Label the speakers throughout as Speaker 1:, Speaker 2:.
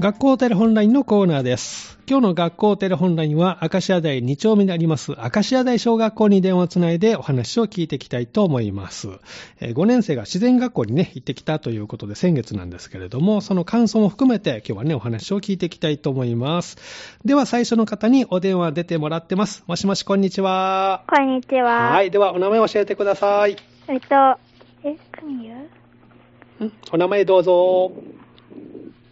Speaker 1: 学校テレホンラインのコーナーです。今日の学校テレホンラインは、明石屋台2丁目にあります、明石屋台小学校に電話をつないでお話を聞いていきたいと思います。えー5年生が自然学校にね、行ってきたということで、先月なんですけれども、その感想も含めて、今日はね、お話を聞いていきたいと思います。では、最初の方にお電話出てもらってます。もしもし、こんにちは。
Speaker 2: こんにちは。
Speaker 1: はい。では、お名前教えてください。
Speaker 2: えっと、え、くみゆ
Speaker 1: んお名前どうぞ。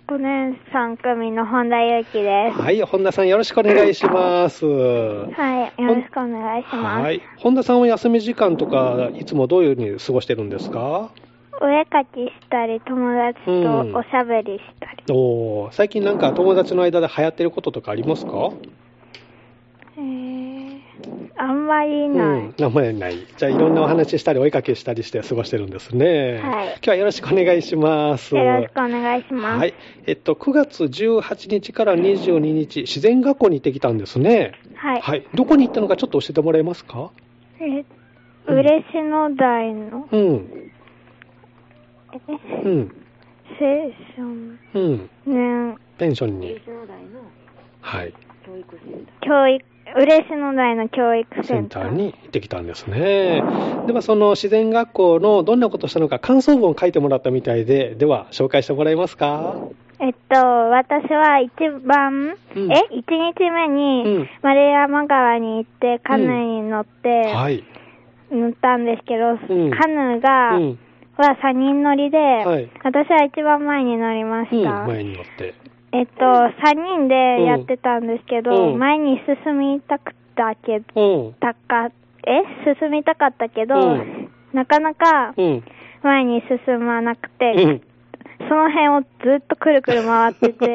Speaker 2: ?5 年3組の本田祐希です。
Speaker 1: はい、本田さんよろしくお願いします。
Speaker 2: はい。よろしくお願いします。
Speaker 1: はい、本田さんは休み時間とか、いつもどういうふうに過ごしてるんですか
Speaker 2: お絵かきしたり、友達
Speaker 1: うん
Speaker 2: とおしゃべりしたり。
Speaker 1: おー最近なんか友達の間で流行ってることとかありますか
Speaker 2: えー、あんまりない。
Speaker 1: うん、名前ない。じゃあいろんなお話ししたり、お絵かきしたりして過ごしてるんですね。
Speaker 2: はい
Speaker 1: 今日はよろしくお願いします。
Speaker 2: よろしくお願いします。
Speaker 1: はい。えっと、9月18日から22日、自然学校に行ってきたんですね。
Speaker 2: はい。
Speaker 1: どこに行ったのかちょっと教えてもらえますか
Speaker 2: え、
Speaker 1: うん
Speaker 2: 嬉野台の、
Speaker 1: うん。
Speaker 2: え
Speaker 1: うん。
Speaker 2: セッション
Speaker 1: うん。
Speaker 2: 年
Speaker 1: ペンションに。はい。
Speaker 2: 教育、嬉野台の教育
Speaker 1: セ
Speaker 2: セ
Speaker 1: ン
Speaker 2: ンタ
Speaker 1: タ
Speaker 2: ー。
Speaker 1: ーに行ってきたんですね。では、その自然学校のどんなことをしたのか感想文を書いてもらったみたいで、では、紹介してもらえますか
Speaker 2: えっと、私は一番、
Speaker 1: うん
Speaker 2: え、一日目
Speaker 1: う
Speaker 2: に
Speaker 1: ん
Speaker 2: 丸山川に行ってカヌーに乗って
Speaker 1: はい。
Speaker 2: 乗ったんですけど、
Speaker 1: ん
Speaker 2: カヌーが、
Speaker 1: うん。
Speaker 2: は3人乗りで、
Speaker 1: はい
Speaker 2: 私は一番前に乗りま
Speaker 1: う
Speaker 2: し
Speaker 1: ん
Speaker 2: た。
Speaker 1: 前に乗って。
Speaker 2: えっと、3人でやってたんですけど、
Speaker 1: うん
Speaker 2: 前に進みたくたけど、
Speaker 1: う
Speaker 2: たか、え進みたかったけど、
Speaker 1: うん
Speaker 2: なかなか
Speaker 1: ん。うん。
Speaker 2: 前に進まなくて、
Speaker 1: うん
Speaker 2: その辺をずっとくるくる回って て、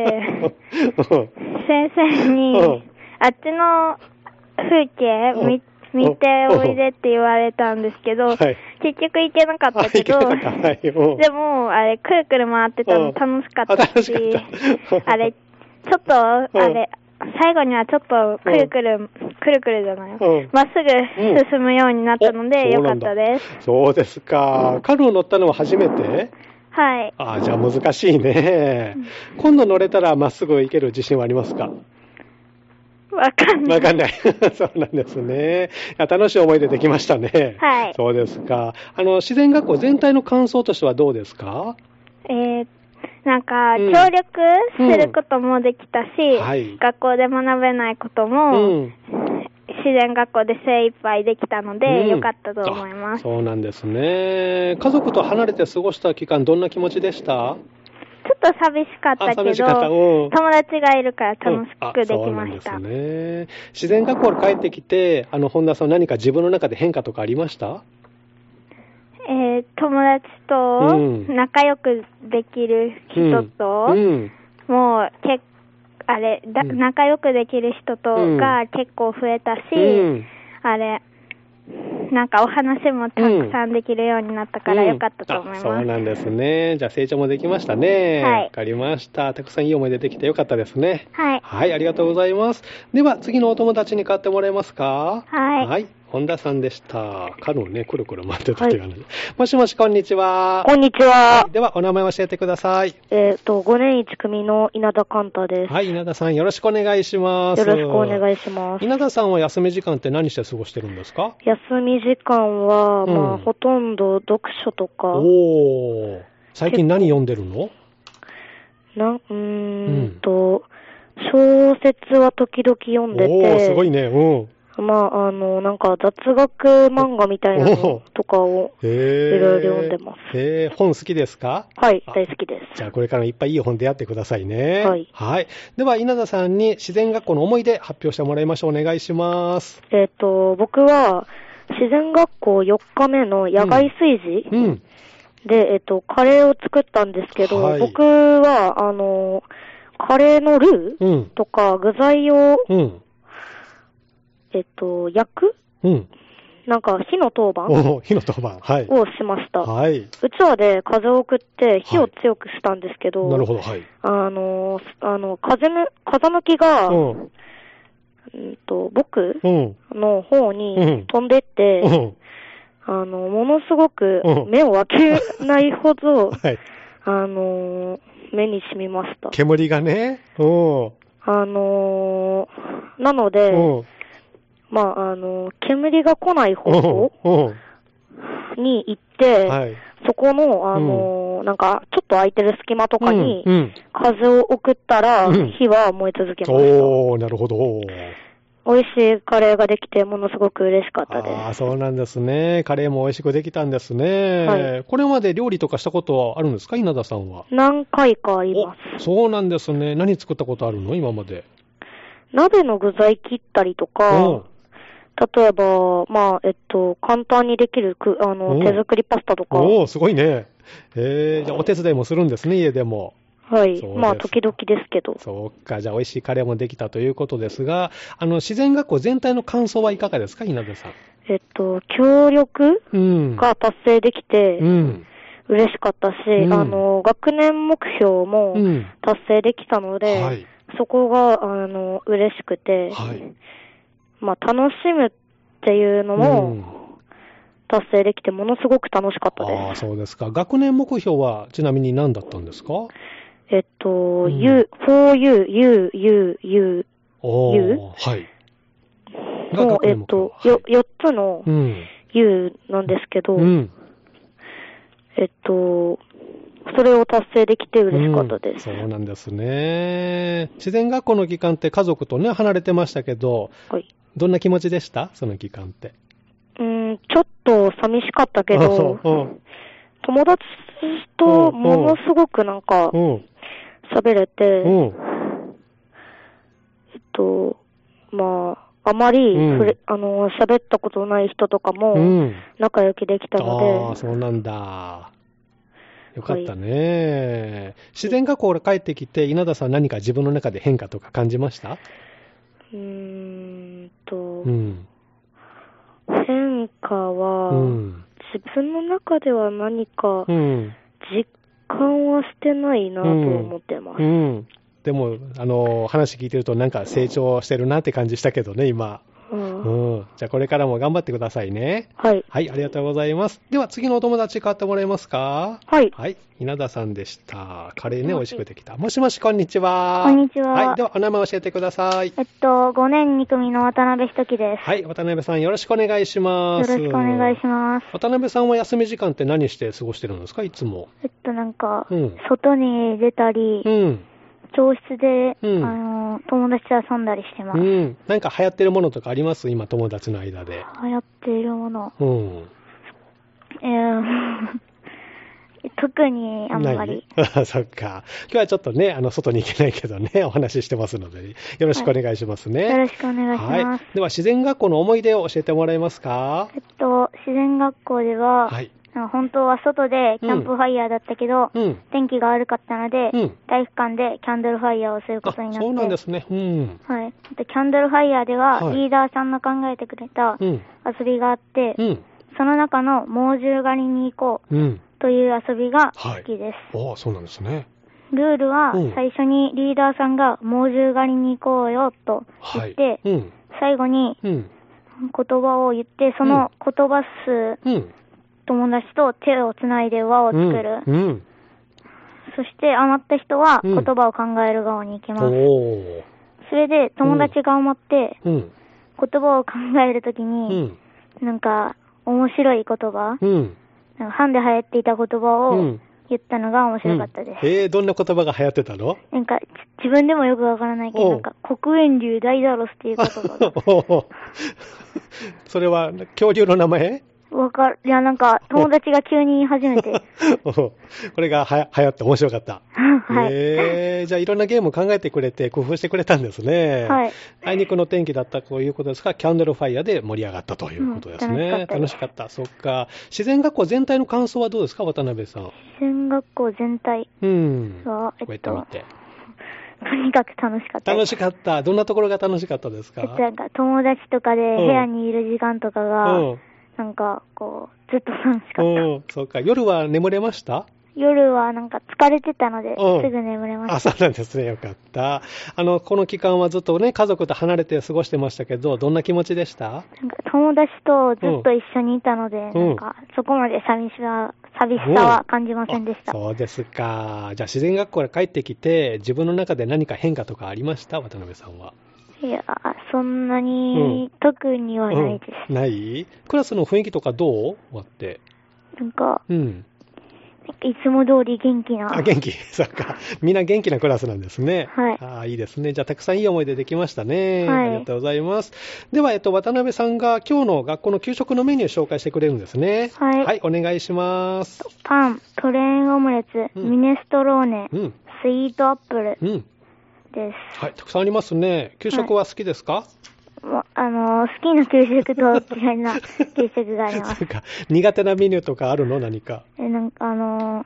Speaker 2: 先生
Speaker 1: うん
Speaker 2: に、あっちの風景
Speaker 1: うん
Speaker 2: 見見ておいでって言われたんですけど、
Speaker 1: はい
Speaker 2: 結局行けなかったけど、
Speaker 1: あ行けなかったはいうん
Speaker 2: でも、あれ、くるくる回ってた
Speaker 1: うん
Speaker 2: の楽しかった
Speaker 1: あ楽
Speaker 2: し、
Speaker 1: しかった
Speaker 2: あれ、ちょっと、あれ、最後にはちょっとくるくる、くるくるじゃない、
Speaker 1: うん
Speaker 2: まっすぐ進むようになったので、
Speaker 1: お
Speaker 2: よかったです。。
Speaker 1: そうなんだそうですか。カヌー乗ったのは初めて
Speaker 2: はい。
Speaker 1: ああ、じゃあ難しいね。今度乗れたらまっすぐ行ける自信はありますか
Speaker 2: わかんな い。
Speaker 1: わかんない。そうなんですね。いや楽しい思い出できましたね。
Speaker 2: はい
Speaker 1: そうですか。あの、自然学校全体の感想としてはどうですか
Speaker 2: えーなんか、
Speaker 1: うん
Speaker 2: 協力することもできたし、
Speaker 1: うんはい
Speaker 2: 学校で学べないことも、
Speaker 1: ん。
Speaker 2: 自然学校で精一杯できたので、
Speaker 1: うん
Speaker 2: よかったと思います。
Speaker 1: あそうなんですね。家族と離れて過ごした期間、どんな気持ちでした
Speaker 2: ちょっと寂しかった
Speaker 1: あ寂
Speaker 2: け
Speaker 1: しかったう
Speaker 2: ど、
Speaker 1: ん
Speaker 2: 友達がいるから楽しくできまし
Speaker 1: う
Speaker 2: た。
Speaker 1: んあそうなんですね。自然学校に帰ってきて、あの、本田さん何か自分の中で変化とかありました
Speaker 2: えー友達
Speaker 1: う
Speaker 2: と
Speaker 1: ん
Speaker 2: 仲良くできる人と、
Speaker 1: うんうん
Speaker 2: もうけあれだ、
Speaker 1: うん
Speaker 2: 仲良くできる人と
Speaker 1: うん
Speaker 2: が結構増えたし、
Speaker 1: うん
Speaker 2: あれ、なんかお話もたくさんできるようになったからよかったと思います。
Speaker 1: うんあそうなんですね。じゃあ成長もできましたね。
Speaker 2: はい
Speaker 1: わかりました。たくさんいい思い出できてよかったですね。
Speaker 2: はい。
Speaker 1: はい、ありがとうございます。では、次のお友達に買ってもらえますか
Speaker 2: はい
Speaker 1: 本田さんでした。カヌーね、くるくる回ってたという話、もしもし、こんにちは。
Speaker 3: こんにちは。
Speaker 1: はいでは、お名前を教えてください。
Speaker 3: えっ、と、5年1組の稲田寛太です。
Speaker 1: はい、稲田さん、よろしくお願いします。
Speaker 3: よろしくお願
Speaker 1: い
Speaker 3: いします。
Speaker 1: 稲田さんは休み時間って何して過ごしてるんですか
Speaker 3: 休み時間は、
Speaker 1: うん
Speaker 3: まあ、ほとんど読書とか、
Speaker 1: おー。最近何読んでるの
Speaker 3: なん、うーんと、小説は時々読んで
Speaker 1: おー、
Speaker 3: て、
Speaker 1: すごいね。うん。
Speaker 3: まあ、あの、なんか雑学漫画みたいなのとかを、
Speaker 1: へー
Speaker 3: いろいろ読んでます
Speaker 1: へー本好きですか
Speaker 3: はい、
Speaker 1: あ
Speaker 3: 大好きです。
Speaker 1: じゃあこれからもいっぱいいい本出会ってくださいね。
Speaker 3: はい
Speaker 1: では、稲田さんに自然学校の思い出発表してもらいましょう。お願いします。
Speaker 3: えっ、と、僕は、自然学校4日目の野外炊事、
Speaker 1: うん。
Speaker 3: で、えっと、カレーを作ったんですけど、
Speaker 1: はい
Speaker 3: 僕は、あの、カレーのルー
Speaker 1: うん。
Speaker 3: とか具材を、
Speaker 1: うん。
Speaker 3: えっと、焼く
Speaker 1: うん。
Speaker 3: なんか火の当番を
Speaker 1: おー火の当番。はい。
Speaker 3: しました。
Speaker 1: はい。
Speaker 3: うちわで風を送って火を強くしたんですけど、
Speaker 1: なるほど。はい。
Speaker 3: あの、すあの、風む、風向きが、
Speaker 1: う
Speaker 3: うん
Speaker 1: ん。
Speaker 3: と、僕
Speaker 1: うん。
Speaker 3: の方
Speaker 1: うん
Speaker 3: に飛んでって、
Speaker 1: うん。
Speaker 3: あの、ものすごく
Speaker 1: うん
Speaker 3: 目を開けないほど、
Speaker 1: はい。
Speaker 3: あのー目に染みました。
Speaker 1: 煙がね。お
Speaker 3: あのー、なので、
Speaker 1: お
Speaker 3: まあ、あのー、煙が来ない方向
Speaker 1: お
Speaker 3: に行って、
Speaker 1: はい。
Speaker 3: そこの、あのーなんか、ちょっと空いてる隙間とかに、
Speaker 1: うんうん
Speaker 3: 風を送ったら、
Speaker 1: うん
Speaker 3: 火は燃え続けました。
Speaker 1: おー、なるほど。
Speaker 3: 美味しいカレーができて、ものすごく嬉しかったで
Speaker 1: ああ、
Speaker 3: す。
Speaker 1: そうなんですね。カレーも美味しくできたんですね。
Speaker 3: はい
Speaker 1: これまで料理とかしたことはあるんですか稲田さんは。
Speaker 3: 何回かあります。
Speaker 1: おそうなんですね。何作ったことあるの今まで。
Speaker 3: 鍋の具材切ったりと
Speaker 1: うん
Speaker 3: か、例えば、まあ、えっと、簡単にできるく、あ
Speaker 1: お
Speaker 3: の、手作りパスタとか、
Speaker 1: おー、すごいね。えー、じゃあお手伝いもするんですね、家でも。
Speaker 3: はい
Speaker 1: そう。
Speaker 3: まあ、
Speaker 1: です
Speaker 3: 時々ですけど。
Speaker 1: そうか、じゃあ美味しいカレーもできたということですが、あの、自然学校全体の感想はいかがですか稲田さん。
Speaker 3: えっと、協力
Speaker 1: うん。
Speaker 3: が達成できて
Speaker 1: う、ん。
Speaker 3: 嬉しかったし、
Speaker 1: うん
Speaker 3: あの、学年目標も
Speaker 1: うん
Speaker 3: 達成できたので、
Speaker 1: はい
Speaker 3: そこが、あの、嬉しくて、
Speaker 1: はい。
Speaker 3: まあ、楽しむっていうの
Speaker 1: うん
Speaker 3: も達成できて、ものすごく楽しかった
Speaker 1: ああ、
Speaker 3: です。
Speaker 1: そうですか。学年目標はちなみに何だったんですか
Speaker 3: えっと、
Speaker 1: ん
Speaker 3: U、for you, you, you, you
Speaker 1: お
Speaker 3: 言う
Speaker 1: ーはい。が
Speaker 3: の、
Speaker 1: 学
Speaker 3: え
Speaker 1: 年
Speaker 3: っ
Speaker 1: 目標
Speaker 3: と、よ
Speaker 1: はい
Speaker 3: 4つの
Speaker 1: うん
Speaker 3: U なんですけど、
Speaker 1: うん。
Speaker 3: えっと、それを達成できて嬉しかったです。
Speaker 1: うんそうなんですね。自然学校の期間って家族とね、離れてましたけど、
Speaker 3: はい。
Speaker 1: どんな気持ちでしたその期間って。
Speaker 3: うーん、ちょっと寂しかったけ
Speaker 1: あそ
Speaker 3: ど
Speaker 1: う、うん
Speaker 3: 友達とものすごくなんか
Speaker 1: うん。
Speaker 3: 喋れて、
Speaker 1: うん。
Speaker 3: えっと、まあ、あまり
Speaker 1: うん
Speaker 3: 触れ、あの、喋ったことない人とかも
Speaker 1: うん。
Speaker 3: 仲良くできた
Speaker 1: ああ、
Speaker 3: ので、
Speaker 1: そうなんだ。よかったね。自然学校から帰ってきて、稲田さん何か自分の中で変化とか感じました
Speaker 3: うーんと、
Speaker 1: うん。
Speaker 3: 変化は、
Speaker 1: うん。
Speaker 3: 自分の中では何か
Speaker 1: うん。
Speaker 3: 実感はしてないなと思ってます。
Speaker 1: うん。でも、あの、話聞いてるとなんか成長してるなって感じしたけどね、今。
Speaker 3: うん
Speaker 1: うん。じゃあこれからも頑張ってくださいね。
Speaker 3: はい。
Speaker 1: はい、ありがとうございます。では次のお友達買ってもらえますか
Speaker 3: はい。
Speaker 1: はい、稲田さんでした。カレーね、美味しくできた。もしもし、こんにちは。
Speaker 2: こんにちは
Speaker 1: はい、ではお名前教えてください。
Speaker 2: えっと、5年2組の渡辺ひときです。
Speaker 1: はい、渡辺さん、よろしくお願いしま
Speaker 2: よろ
Speaker 1: す。
Speaker 2: しくお願いします。
Speaker 1: 渡辺さんは休み時間って何して過ごしてるんですか、いつも。
Speaker 2: えっと、なんか、
Speaker 1: うん
Speaker 2: 外に出たり、
Speaker 1: うん。
Speaker 2: 教室で、
Speaker 1: うん
Speaker 2: あの、友達と遊んだりしてま
Speaker 1: う
Speaker 2: す。
Speaker 1: ん。なんか流行ってるものとかあります今、友達の間で。
Speaker 2: 流行っているもの。
Speaker 1: うん。
Speaker 2: えー 特にあんまり。
Speaker 1: ないね そっか。今日はちょっとね、あの、外に行けないけどね、お 話ししてますので、よろしくお願いしますね。
Speaker 2: よろしくお願いし
Speaker 1: は
Speaker 2: ま
Speaker 1: い
Speaker 2: す。。
Speaker 1: では、自然学校の思い出を教えてもらえますか
Speaker 2: えっと、自然学校では、
Speaker 1: はい。
Speaker 2: あの本当は外でキャンプファイヤーだったけど、
Speaker 1: うん。
Speaker 2: 天気が悪かったので、
Speaker 1: うん
Speaker 2: 体育館でキャンドルファイヤーをするこ
Speaker 1: あ
Speaker 2: とになって、
Speaker 1: そうなんですね。うん。
Speaker 2: はい。でキャンドルファイヤーでは、
Speaker 1: はい
Speaker 2: リーダーさんの考えてくれた
Speaker 1: うん。
Speaker 2: 遊びがあって、
Speaker 1: うん。
Speaker 2: その中の猛獣狩りに行こ
Speaker 1: うん。
Speaker 2: うという遊びが
Speaker 1: は
Speaker 2: 好
Speaker 1: い
Speaker 2: きです。
Speaker 1: ああ、そうなんですね。
Speaker 2: ルールは
Speaker 1: うん
Speaker 2: 最初にリーダーさんが猛獣狩りに行こうよと
Speaker 1: は
Speaker 2: 言っ
Speaker 1: い
Speaker 2: て、。
Speaker 1: うん。
Speaker 2: 最後に
Speaker 1: うん。
Speaker 2: 言葉を言って、その言葉数、
Speaker 1: うん。
Speaker 2: 友達と手をつないで輪を作る。
Speaker 1: うん。うん
Speaker 2: そして余った人は
Speaker 1: うん
Speaker 2: 言葉を考える側に行きます。
Speaker 1: おー。
Speaker 2: それで友達が余って
Speaker 1: うん。
Speaker 2: 言葉を考えるとき
Speaker 1: う
Speaker 2: に、
Speaker 1: ん。
Speaker 2: なんか面白い言葉、
Speaker 1: うん。
Speaker 2: なんかハンで流行っていた言葉
Speaker 1: う
Speaker 2: を
Speaker 1: ん
Speaker 2: 言ったのが面白かったです。
Speaker 1: うんえー、どんな言葉が流行ってたの
Speaker 2: なんか、ち自分でもよくわからないけ
Speaker 1: お
Speaker 2: ど、
Speaker 1: う
Speaker 2: なんか、黒煙流大ダロスっていう言 葉が。
Speaker 1: おーそれは、恐竜の名前
Speaker 2: わかる、いや、なんか、友達が急に言い始 めて。
Speaker 1: おこれがは流行って面白かった。
Speaker 2: はい。
Speaker 1: えー、じゃあいろんなゲームを考えてくれて工夫してくれたんですね。
Speaker 2: はい。
Speaker 1: あいにくの天気だったということですが、キャンドルファイヤーで盛り上がったということですね。
Speaker 2: うん
Speaker 1: 楽
Speaker 2: 楽
Speaker 1: し
Speaker 2: し
Speaker 1: かった。そっか。自然学校全体の感想はどうですか、渡辺さん。
Speaker 2: 自然学校全体
Speaker 1: うん。
Speaker 2: は、
Speaker 1: こう
Speaker 2: え
Speaker 1: や
Speaker 2: っ
Speaker 1: ってみて。
Speaker 2: と、とにかく楽しかった
Speaker 1: 楽
Speaker 2: です。
Speaker 1: しかった。どんなところが楽しかったですか
Speaker 2: えっと、なんか、友達とか
Speaker 1: うん
Speaker 2: で部屋にいる時間とか
Speaker 1: う
Speaker 2: が、
Speaker 1: ん。
Speaker 2: なんか、こう、ずっと楽しかっ
Speaker 1: うん。そうか。夜は眠れました
Speaker 2: 夜はなんか疲れてたので、
Speaker 1: うん
Speaker 2: すぐ眠れま
Speaker 1: あ、
Speaker 2: し
Speaker 1: そうなんですね。よかった。あの、この期間はずっとね、家族と離れて過ごしてましたけど、どんな気持ちでした
Speaker 2: た。なんか友達とずっと一緒にいたので、
Speaker 1: ん
Speaker 2: なんかそこまで寂しさ寂しさ
Speaker 1: うん
Speaker 2: は感じませんでした。
Speaker 1: あそうですか。じゃあ、自然学校から帰ってきて、自分の中で何か変化とかありました渡辺さんは。
Speaker 2: いや、そんなに特にはないです。
Speaker 1: うんないクラスの雰囲気とかどう終わって。
Speaker 2: なんか、
Speaker 1: うん。
Speaker 2: いつも通り元気な。
Speaker 1: あ、元気。 そうか。みんな元気なクラスなんですね。
Speaker 2: はい
Speaker 1: あーいいですね。じゃあ、たくさんいい思い出できましたね。
Speaker 2: はい
Speaker 1: ありがとうございます。では、えっと、渡辺さんが今日の学校の給食のメニューを紹介してくれるんですね。
Speaker 2: はい
Speaker 1: はい、お願いします。
Speaker 2: パン、プレーンオムレツ、
Speaker 1: うん
Speaker 2: ミネストローネ、
Speaker 1: うん。
Speaker 2: スイートアップル
Speaker 1: うん。
Speaker 2: です。
Speaker 1: はい、たくさんありますね。給食は好きですか、
Speaker 2: もうあのー、好きな給食と嫌い な給食がありま
Speaker 1: そ
Speaker 2: す
Speaker 1: う。か。苦手なメニューとかあるの何か。
Speaker 2: えなんかあの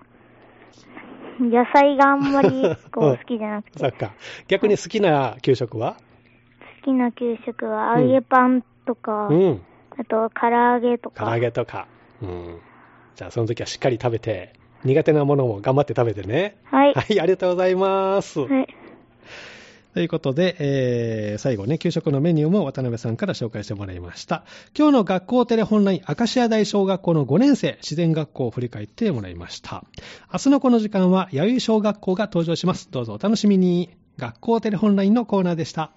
Speaker 2: ー、野菜があんまり
Speaker 1: う
Speaker 2: こ
Speaker 1: ん
Speaker 2: う好きじゃなくて、
Speaker 1: そっか。逆に好きな給食は
Speaker 2: 好きな給食は
Speaker 1: うん
Speaker 2: 揚げパンとか、
Speaker 1: うん。
Speaker 2: あと唐揚げと
Speaker 1: 唐
Speaker 2: か。
Speaker 1: 揚げとか。うん。じゃあ、その時はしっかり食べて、苦手なものも頑張って食べてね。
Speaker 2: はい。は
Speaker 1: はい、ありがとうございます。
Speaker 2: い。
Speaker 1: ということで、えー最後ね、給食のメニューも渡辺さんから紹介してもらいました。今日の学校テレホンライン、アカシア大小学校の5年生、自然学校を振り返ってもらいました。明日のこの時間は、弥生小学校が登場します。どうぞお楽しみに。学校テレホンラインのコーナーでした。